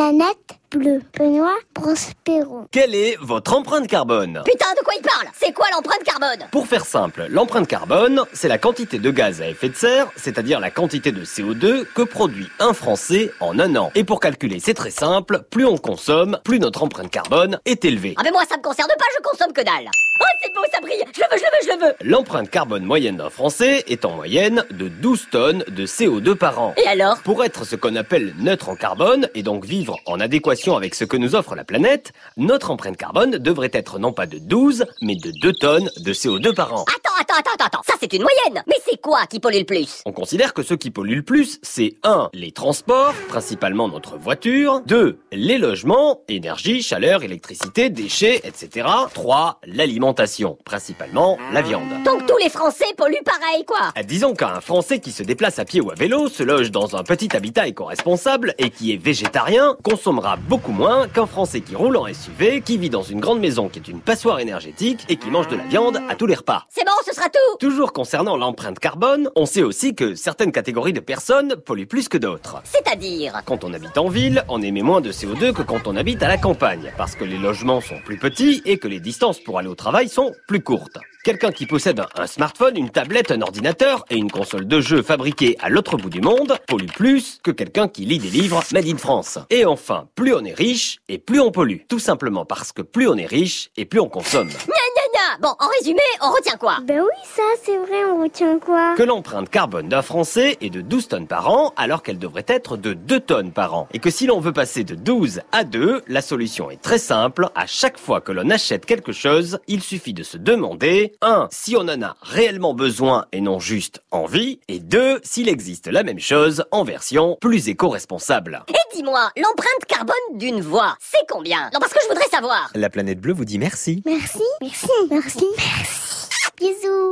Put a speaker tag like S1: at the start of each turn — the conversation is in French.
S1: Planète bleue. Benoît Prospero.
S2: Quelle est votre empreinte carbone
S3: Putain, de quoi il parle C'est quoi l'empreinte carbone
S2: Pour faire simple, l'empreinte carbone, c'est la quantité de gaz à effet de serre, c'est-à-dire la quantité de CO2 que produit un Français en un an. Et pour calculer, c'est très simple, plus on consomme, plus notre empreinte carbone est élevée.
S3: Ah mais moi ça me concerne pas, je consomme que dalle Oh c'est beau, ça brille Je le veux, je le veux, je le veux
S2: L'empreinte carbone moyenne d'un Français est en moyenne de 12 tonnes de CO2 par an.
S3: Et alors
S2: Pour être ce qu'on appelle neutre en carbone, et donc vivre en adéquation avec ce que nous offre la planète, notre empreinte carbone devrait être non pas de 12, mais de 2 tonnes de CO2 par an.
S3: Attends, attends, attends, attends, attends Ça c'est une moyenne Mais c'est quoi qui pollue le plus
S2: On considère que ceux qui polluent le plus, c'est 1. les transports, principalement notre voiture, 2. les logements, énergie, chaleur, électricité, déchets, etc. 3. l'alimentation, principalement la viande. Ah,
S3: Donc tous les Français polluent pareil, quoi
S2: Disons qu'un Français qui se déplace à pied ou à vélo, se loge dans un petit habitat éco-responsable et qui est végétarien, consommera beaucoup moins qu'un Français qui roule en SUV, qui vit dans une grande maison qui est une passoire énergétique et qui mange de la viande à tous les repas.
S3: C'est bon, ce sera tout
S2: Toujours concernant l'empreinte carbone, on sait aussi que certaines catégories de personnes polluent plus que d'autres.
S3: C'est-à-dire
S2: Quand on habite en ville, on émet moins de CO2 que quand on habite à la campagne, parce que les logements sont plus petits et que les distances pour aller au travail sont plus courtes. Quelqu'un qui possède un- un smartphone, une tablette, un ordinateur et une console de jeu fabriquée à l'autre bout du monde pollue plus que quelqu'un qui lit des livres made in France. Et enfin, plus on est riche et plus on pollue. Tout simplement parce que plus on est riche et plus on consomme.
S3: Gna gna Bon, en résumé, on retient quoi
S1: Ben oui, ça, c'est vrai, on retient quoi
S2: que l'empreinte carbone d'un Français est de 12 tonnes par an, alors qu'elle devrait être de 2 tonnes par an. Et que si l'on veut passer de 12 à 2, la solution est très simple. À chaque fois que l'on achète quelque chose, il suffit de se demander 1. si on en a réellement besoin et non juste envie, et 2. s'il existe la même chose en version plus éco-responsable.
S3: Et dis-moi, l'empreinte carbone d'une voix, c'est combien Non, parce que je voudrais savoir
S2: La planète bleue vous dit merci.
S1: Merci. Merci. Merci. Merci. Bisous.